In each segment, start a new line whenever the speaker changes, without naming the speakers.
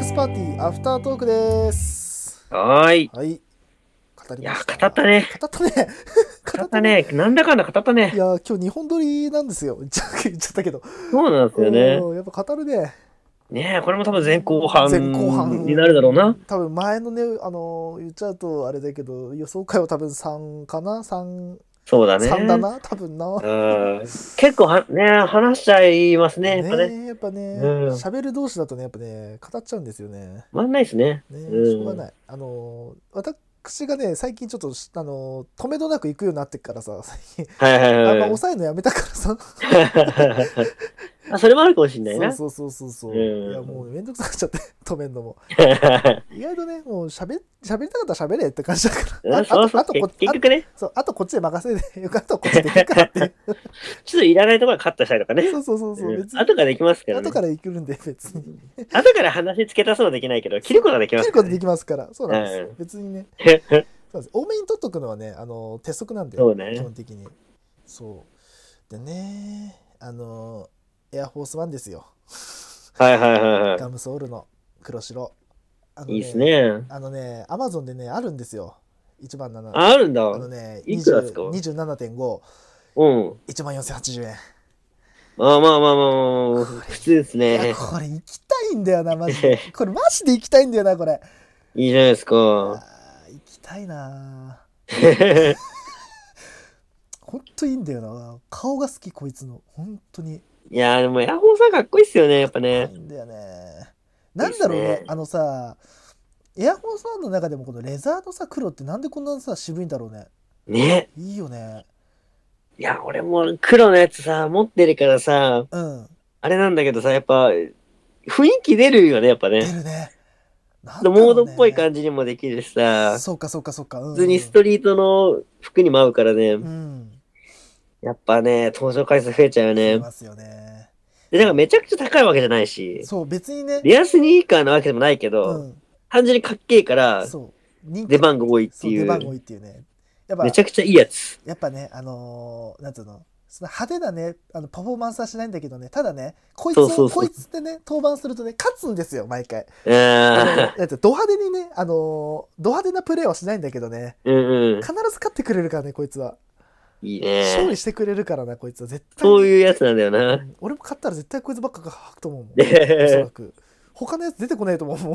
アフタートークです。
はーい。
はい。語
い
り
や
まし
ー、
た。
語ったね。
語ったね。
語ったね。なんだかんだ語った
い
ね。
やー、今日日本撮りなんですよ。 言っちゃ言っちゃったけど。
そうなんですよね。
うんやっぱ語るね。
ねえ、これも多分前後半
前後半
になるだろうな。
多分前のね、あのー、言っちゃうとあれだけど、予想会は多分3かな ?3、
そうだね。
3だな多分な。
うん。結構は、ねえ話しちゃいますね。やっぱね。
ねやっぱね
うん、
喋、る同士だとね、やっぱね、語っちゃうんですよね。
まんないですね。
ね、
うん
しょうがない。あのー、私がね、最近ちょっと、あのー、止めどなく行くようになってっからさ、最近、
はいはい
あ
は
んま
いはい。
抑えるのやめたからさ。
あそれもあるかもしれないな。
そうそうそうそうそう、
うん
いやもうめんどくさくなっちゃって 止めんのも
う
意外とねもうしゃべしゃべりたかったらしゃべれって感じだからあ
ん そう
あと
そう
あとこ
け結局ね、
あそうあとこっちで任せて よかったこっちで行くからって
ちょっといらないところはカットしたりとかね
そ。うそうそうそう
うん
別に
後からできますからね
後。から行けるんで別に
後から話付け足すのはできないけど、切ることはでき
切
ま
る
す
こ
か
と
らね。
できますからそうなんですよ、
うん
別 にね
そ
そうなんです多めに取っとくのはねあの鉄則なんで
そうね
基本的にそうでねあのエアフォースワンですよ
はいはいはいは
ガムソールの黒白あの
い。いいですね。
あのね、アマゾンでね、あるんですよ。1番7。
ああるんだ。
あのね、
いくらですか
20 27.5、
うん。
1万4080円。
まあまあまあまあまあ、普通です
いや
ね。
これ行きたいんだよな、マジで。これマジで行きたいんだよな、これ。
いいじゃないです
あ
か。
ー行きたい な。ほんといいんだよな。顔が好き、こいつの。ほんとに。
いやーでも、ヤホーさんかっこいいっすよね、やっぱ
いい
ね。
んだよね。なんだろう
いいっす
ね
ね、
あのさ、エアホースワンの中でもこのレザーのさ、黒ってなんでこんなさ、渋いんだろうね。
ね。
いいよね。
いや、俺も黒のやつさ、持ってるからさ、
うん。
あれなんだけどさ、やっぱ、雰囲気出るよね、やっぱ
出
ね。
るね。なんだろうね
モードっぽい感じにもできるしさ、
そうかそうかそうか。うんうん
普通にストリートの服にも合うからね
う、ん。
やっぱね、登場回数増えちゃうよ
あり
ね。
ますよね。
で、なんかめちゃくちゃ高いわけじゃないし、
そう、別にね。
レアスニーカーなわけでもないけ
う
ど、
ん。
単純にかっけえから、
そう。人
出番が多いって
そう
い
出
う、
番が多いっていうね。やっぱ
めち、ゃくちゃいいやつ。
やっぱね、あのーなんていうの。その派手なね、あの、パフォーマンスはしないんだけどね、ただね、こいつを
そうそうそう
こいつってね、登板するとね、勝つんですよ、毎回。あの
ああ、
なんてド派手にね、あのード派手なプレーはしないんだけどね、
うんうん。
必ず勝ってくれるからね、こいつは。
いい
勝
ね
利。してくれるからな、こいつは。絶対に。
そういうやつなんだよ
う
な。
ん 俺も勝ったら絶対こいつばっかが吐くと思うもん。おそら
い
く。他のやつ出てこないと思うも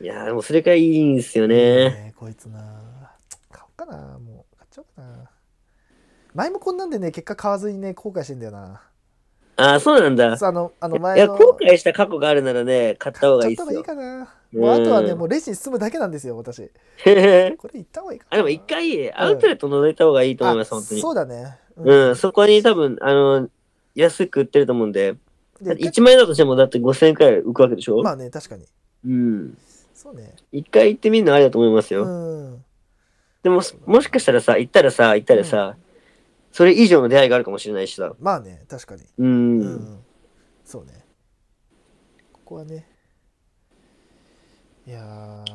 ん。
や、でもそれがいいんですよね。
ねえこいつな。買おうかな。もう、買っちゃおうかな。前もこんなんでね、結果買わずにね、後悔してんだよな。
ああ、そうなんだ。
そう、あの、あの
い
前
や、
の。
後悔した過去があるならね、買った方が
買っ
いいっ
ちゃった
す
方がいい
よ。
かな。
うん
もうあとはね、もうレジに進むだけなんですよ、私。これ行った方がいいかな。
あ、でも一回、アウトレット覗いた方がいいと思います、
あ
本当に
そ。うだね。う
うん、そこに多分、あの、安く売ってると思うんで、
ん。
だって
で、
1万円だとしてもだって5000円くらい浮くわけでしょ
まあね、確かに。
うん。
そうね。
一回行ってみるのありだと思います
う
よ。
ん。
でも、もしかしたらさ、行ったらさ、行ったらさ、それ以上の出会いがあるかもしれないしさ。
まあね、確かに。
う。
うんん、そうねここはねいやー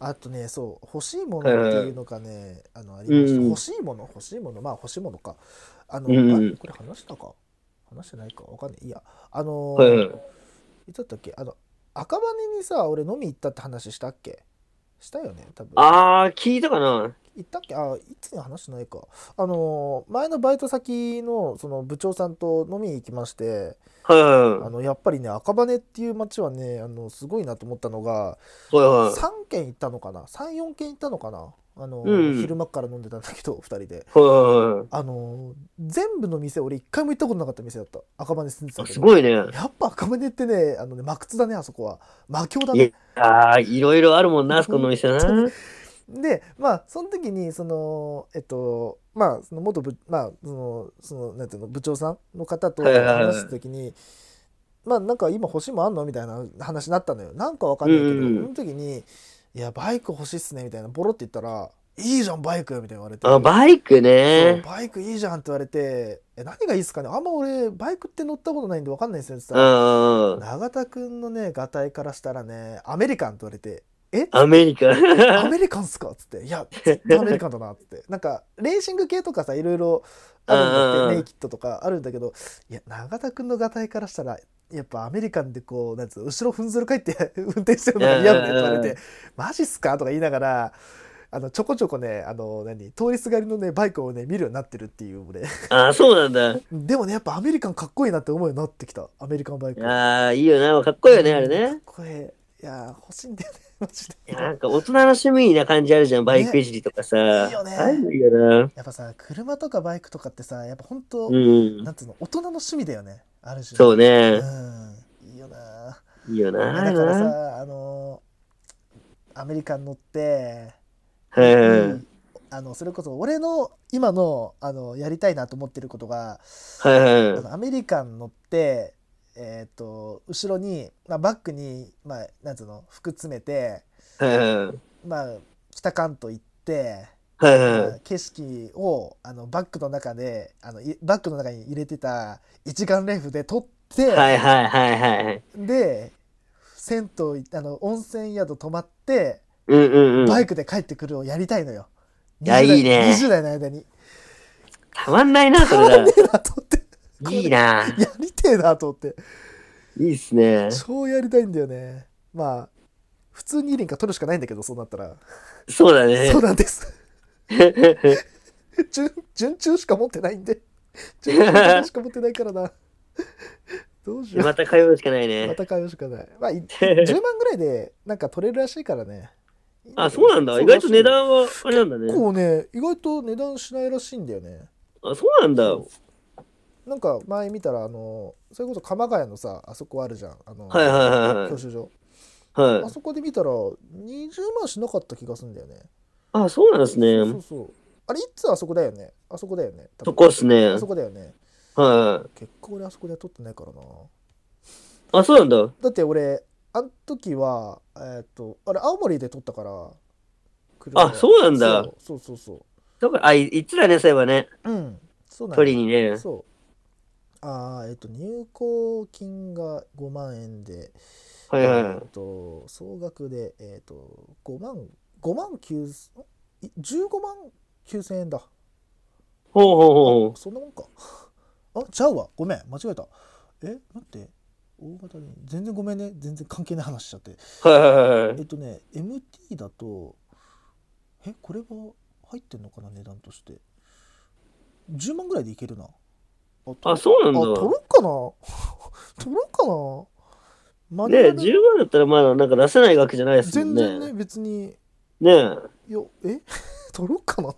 あとねそう欲しいものっていうのがね、あのありました、
うん
欲しいもの欲しいものまあ欲しいものかあの、
うんうん
あこれ話したか話してないかわかんないいやあのー
はいはい。
いつだったっけあの赤羽にさ俺飲み行ったって話したっけしたよね多分
あー、聞いたかな
行ったっけあいつに話してないかあのー前のバイト先のその部長さんと飲みに行きまして
はいはい
あ
はい
のやっぱりね赤羽っていう街はねあのすごいなと思ったのが
はいはい。
3軒行ったのかな34軒行ったのかなあの、
うん
昼間っから飲んでたんだけど2人で
はいはいは
あの全部の店俺1回も行ったことなかった店だった赤羽に住んでた
い。
け
す
ど
ごいね。
やっぱ赤羽ってねあのね真靴だねあそこは魔境だ
い
ね
やあー、いろいろあるもんな、あそこのお店な。はい
でまあその時にそのえっとまあその元部まあそのそのなんていうの部長さんの方と
はいはいはい
話した時にまあなんか今欲しいもんあんのみたいな話になったのよなんかわかんないけど、
うんうんうん
その時に「いやバイク欲しいっすね」みたいなボロって言ったら「いいじゃんバイク」みたいな言われて
あ、バイク
そう
ね。
バイクいいじゃん」って言われて「え何がいいっすかねあんま俺バイクって乗ったことないんでわかんないんですよ」って
う
言った
んうんうん。
ら永田君のねがたいからしたらね「アメリカン」って言われて「え
アメリカ。
アメリカンっすかっつって、いや、絶対アメリカンだなっつって。なんか、レーシング系とかさ、いろいろあるんだ
うんうん
っ
うん
て、ネイキッドとかあるんだけど、いや、永田くんのがたいからしたら、やっぱアメリカンでこうなんつうの後ろふんぞり返って 運転してるのがリアルで
う
撮
んうんう
ら
ん
れて「マジっすか?」とか言いながらあのちょこちょこねあの何通りすがりのねバイクをね見るようになってるっていう俺
ああ、そうなんだ。
でもねやっぱアメリカンかっこいいなって思うようになってきたアメリカンバイクかっ
ああ、いいよな。かっこいいよね、あれね。
こいいいやー欲しいんだよねマジで
いやなんか大人の趣味な感じあるじゃん、バイクいじりとかさ。
いいよね
ああいうのいいよな。
やっぱさ車とかバイクとかってさやっぱ本当、
うん
な。んつうの大人の趣味だよねある種
そううね。
うんいいよない
いよな。あ
だ
れ
から
な。
さあのアメリカン乗って、
はいはいは
う
い
んあのそれこそ俺の今のあのやりたいなと思ってることが、
はい
あ
はい。
のアメリカン乗ってえっ、と後ろに、まあ、バッグに、まあ、なんつうの服詰めて、
はいはい。
まあ、北関東行って、
はい
ま
は
あ景色をあのバッグの中であのいバッグの中に入れてた一眼レフで撮って、
い。はいはいはいはいはい。
で銭湯行ってあの温泉宿泊まって
うんうんう
バ
ん。
イクで帰ってくるをやりたいのよ。
いや
20代
いいね
20代の間に。
たまんないな、それ
やり
な。
てえなと思って。
いいな。
やりてえなと思って。
いいっすね。
超やりたいんだよね。まあ、普通に二輪か取るしかないんだけど、そうなったら。
そうだね
そう。なんです。 準、準中しか持ってないんで。準中しか持ってないからな。 どうしよう。
また通うしかない
ま
ね。
た買うしかない。まあ、い10万ぐらいでなんか取れるらしいからね。
あ、そうなんだ。意外と値段は、あれなんだ
結
ね。
構ね、意外と値段しないらしいんだよね。
あ、そうなんだ。
そなんか前見たらあのそれこそ鎌ヶ谷のさあそこあるじゃんあの、
はいはいはい
教習所、
はい。は
あ
い。
そこで見たら20万しなかった気がするんだよね
あ、そうなんです
そうそ
ね
う。そうあれいつあそこだよねあそこだよね多分
そこっすね
あ。そこだよね
はい。
結構俺あそこで撮ってないからな
あ、そうなんだ。
だって俺あん時はえーっとあれ青森で撮ったから
あそうなんだ
そうそうそう
だから、あ、いいつだね、そういえばね。
そううんそうなんだ
取りにね。
そうああえーっと入校金が5万円で
はいはい。
えっと総額で、えっと5万5万9 15万9000円だ
ほうほうほうほ
そんなもんか あちゃうわごめん間違えたえ待って大型に全然ごめんね全然関係ない話しちゃって
う。はいはいはいは
えっ
い。
とね MT だとえこれは入ってんのかな値段として10万ぐらいでいけるなあ
あ、そうなんだ。
あ取ろっかな 取ろっかなマニュア
ね
ル
十10万だったらまだなんか出せない額じゃないですも
全
んね。
然ね別に
ね
いや、え 取ろうかな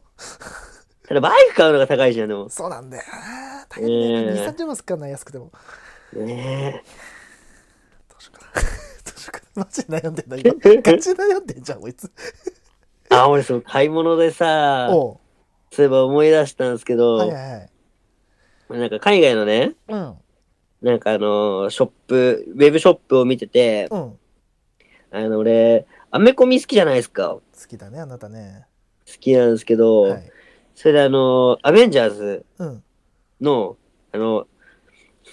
えただバイク買うのが高いじゃん、でも。
そうなんだよな。大変だよね。
ええ
2、30万すっからな、安くても。ど
ね
うしよう かな。どうしようかな。マジで悩んでんだ、今。ガチで悩んでんじゃん、こいつ。
え。 あ、俺そう、買い物でさ、
お
そういえば思い出したんですけ
う
ど、
はいはいはい。
なんか海外のね、
うん。
なんかあのーショップ、ウェブショップを見てて、
うん。好
あの、俺、アメコミ好きじゃないですか。好
きだね、あなたね。
きなんですけど、
はい。
それであのーアベンジャーズ
うん。
の、あの、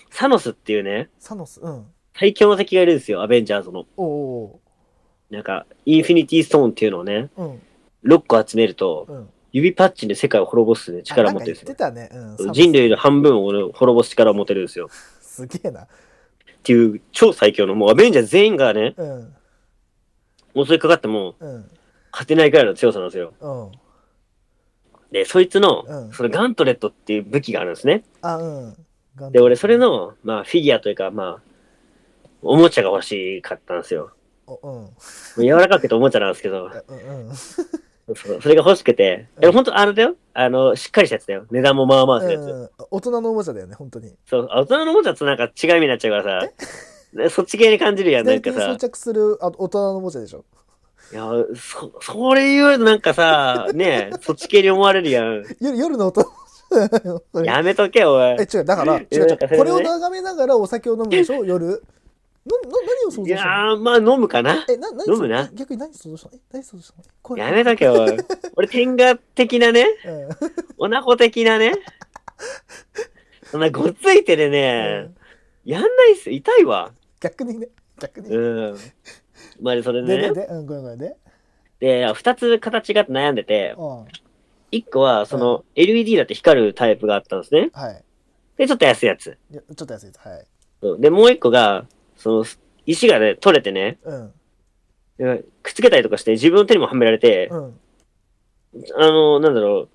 サノスっていうね、
サノス。うん。
最強の敵がいるんですよ、アベンジャーズの。
おう
なんか、インフィニティストーンっていうのをね、
おう。うん。
6個集めると、
うん。
指パッチンで世界を滅ぼす、ね、力を持ってるん
あなんか
で
言
す
って
よ。
たね。うん。サノス
人。類の半分を滅ぼす力を持てるんですよ。
すげえな。
っていう超最強の、もうアベンジャー全員がね、
うん。
襲いかかっても
うん。
勝てないくらいの強さなんですよ。
うん。
で、そいつの、
うん
そのガントレットっていう武器があるんですね。
あ、うん。ガン
で、俺それ
の。
の、まあフィギュアというか、まあ、おもちゃが欲しかったんですよ。
おうん。
柔らかくておもちゃなんですけど、
あうん。うん。
そうそれが欲しくて、
うん
え、ほんとあれだよ。あの、しっかりしたやつだよ。値段もまあまあするやつ。
うん大人のおもちゃだよね、本当に。
そう、大人のおもちゃとなんか違う意味になっちゃうからさ、ねそっち系に感じるやん、な
左
ん
手
か
に
さ。
装着するあ大人のおもちゃでしょ。
いや、そ、それ言うとなんかさ、ねえ、そっち系に思われるやん。
夜夜の大人のおも ちゃだよそれ
やめとけ、おい
え。違うだから違う
え
違
なん
う
か
これを眺めながらお酒を飲むでしょ夜なな何を想像
い
したの
やー、まあ飲むかな。
えな何
飲むな
逆に何想像したのえ何想像したのえこれ
やめとけ、おい。俺、天下的な ね、
うん
おなこ的なね、そんなごっついてで
う
ね
ん、
やんないっすよ。痛いわ。
逆にね逆に
うん。まあ、それ
で
で
でで
ね、
うんごめんごめんで
で、二つ形があって悩んでて
う、んはい
一個は、その、LED だって光るタイプがあったんですね。
はい
で、ちょっと安いやつ。
いやちょっと安いですはい
そうで、もう一個が、その、石がね、取れてね、
うん。
でくっつけたりとかして、自分の手にもはめられて、
うん。
あの、なんだろう、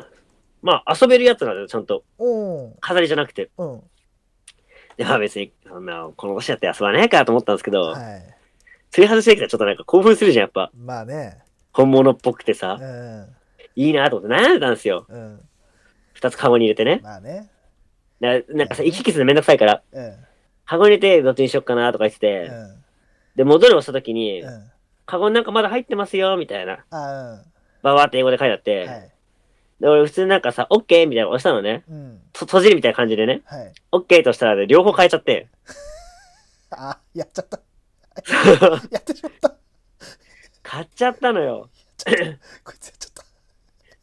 まあ、遊べるやつなんだよ、ちゃんと。
おー
飾りじゃなくて。
うん。
いや、別に、そんな、この年だって遊ばねえかと思ったんですけど、
はい。
釣り外してきたらちょっとなんか興奮するじゃん、やっぱ。
まあね。
本物っぽくてさ
う、ん。
いいなと思って悩んでたんですよ。
うん。
二つカゴに入れてね。
まあね。
ななんかさ、行き来するのめんどくさいから、
うん。
箱に入れてどっちにしよっかなとか言って
う
て、
ん。
で、戻るをした時に、
うん。
カゴになんかまだ入ってますよ、みたいな。
あ
ババーって英語で書いてあっ
う
て、
ん。はい。
で、俺普通になんかさ、オッケーみたいなの押したのね。
うん。
と閉じるみたいな感じでね、
はい。
オッケーとしたらね、両方変えちゃって。
あ、やっちゃった。やってしまった。
買っちゃったのよ。
こいつやっちゃっ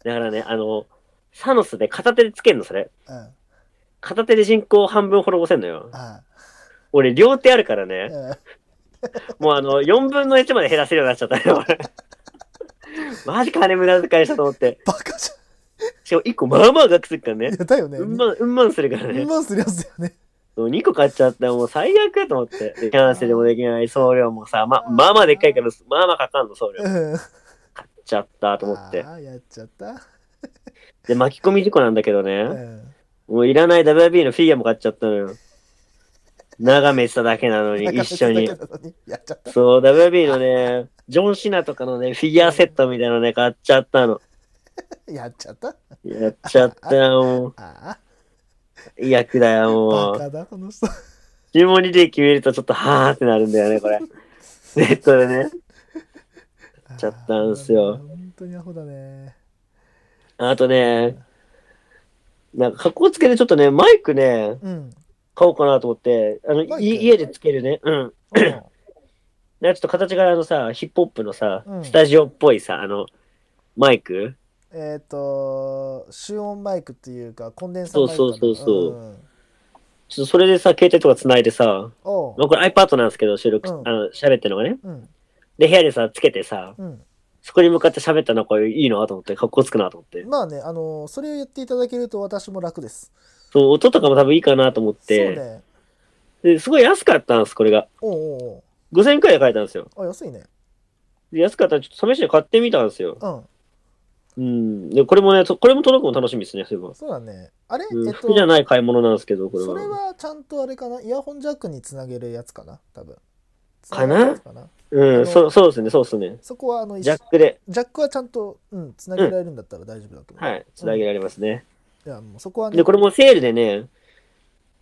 だからね、あの、サノスで片手でつけんの、それ。
た。うん。
片手で人口を半分滅ぼせんのよ。
あ
俺、両手あるから
ー
ね、
うん。
もうあの、4分の1まで減らせるようになっちゃったよ、 俺。マジ金無駄遣いしたと思って。
バカじ
しかも1個まあまあ額するから
ゃん。
ね
い。や、だよね。
うんまん、うんまんするから
う
ね
ん。まんするやつだよね。
そう2個買っちゃったらもう最悪やと思って。でキャンセルもできない、送料もさ、ま、まあまあでっかいから、まあまあかかんの、送料。買っ
うん。
ちゃったと思って
あ。あ、やっちゃった。
で、巻き込み事故なんだけどね。
うん。
もういらない WB のフィギュアも買っちゃったのよ。眺めてただけなのに、一緒に
だ。からだけなのにやっちゃった。
そう、WB のね、ジョン・シナとかのね、フィギュアセットみたいなのね、買っちゃったの。
やっちゃった。
やっちゃったよ、もう。
あ
いい役だよ、
あ、
も
バ
う。
カだ、この人。
注文履歴見るとちょっと、はーってなるんだよね、これ。ネットでね。ちゃったんすよ
あー本当にアホだね。
あとね、なんか、格好つけでちょっとね、マイクね、
うん。
買おうかなと思って、あの、
マイク
い家でつけるね。うん。
うん
なんかちょっと形があのさ、ヒップホップのさ、
うん
スタジオっぽいさ、あの、マイク
えっと、集音マイクっていうか、コンデンサーマイクかな。
そうそうそうそうんちょっとそれでさ、携帯とか繋いでさ、
お
まあ、
う。
これ iPad なんですけど、収録、
うん
あの、喋ってるのがね。
うん。
で、部屋でさ、つけてさ、
うん。
そこに向かって喋ったのこれいいなと思って、格好つくなと思って。
まあね、あの、それを言っていただけると私も楽です。
そう、音とかも多分いいかなと思っ
そう
て、
ね。
ですごい安かったんです、これが。
おうおう
5000円くらいで買えたんですよ。
おう。あ、安いね。
で安かったらちょっと試しに買ってみたんですよ。
うん。
うん。で、これもね、とこれも届くの楽しみですね、そういえば。
そうだね。あれ
うん
えっ
服じゃ
と、
ない買い物なんですけど、これは。
それはちゃんとあれかなイヤホンジャックにつなげるやつかな多分。
かな
つげるやつかな
う
あ
ん、
の
そう、そうですね、そうですね。
そこは、あの、
ジャ
ジ
ックで、
ャックはちゃんと、うん、つなげられるんだったら大丈夫だけど。。
はいい、つなげられますね。
や、もうそこはね。
で、これもセールでね、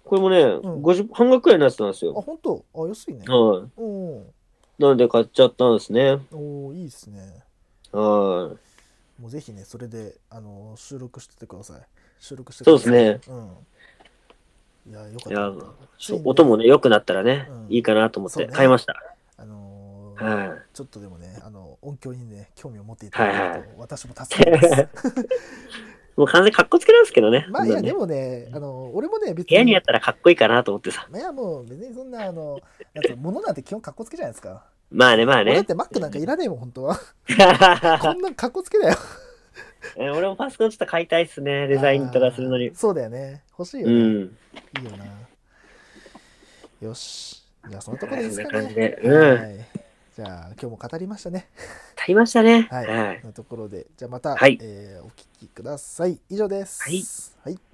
これもね、
ん
50半額くらいになってたんです
あ、
よ。
本当あ、安いね。
は
おお
い。なんで買っちゃったんですね。
ーおーいいですね。
はい。
もうぜひね、それで、あのー、収録しててください。収録してく
そう
だ
で
さい。
すね。
うん。いや、よか
い
っ
や
たよかった。つい
そう
にね
音もね、良くなったらね、
うん
いいかなと思っ
そう
て
ね
買いました。
あのー
は
ちょっとでもね、あの、音響にね、興味を持っていただ
はい
け
は
ると、私も助かり ます。
い。 もう完全にかっこつけなんですけどね。
まあ、い
そ
や、
んなね
でもね、あの、俺もね、別
部屋にあったらかっこいいかなと思ってさ。
いや、もう別にそんな、あの、だって物なんて基本かっこつけじゃないですか。
まあね、まあ
俺だっ
ね。
て Mac なんかいらねえもん、本当 は。こんなんかっこつけだよ。
え 俺もパソコンちょっと買いたいっすね。デザインとかするの
あ
に
ー。そうだよね。欲しいよ
う
ね。
ん。
いいよな。よし。じゃあ、そのとこ
は
ろ
い
で
そん
す
な
か
感じ
ね。
で。うん。
はい。じゃあ、今日も語りましたね。
足りましたね。
はい。
はい。
のところで、じゃあまた、
はい
えーお聞きください。以上です。
はい。
はい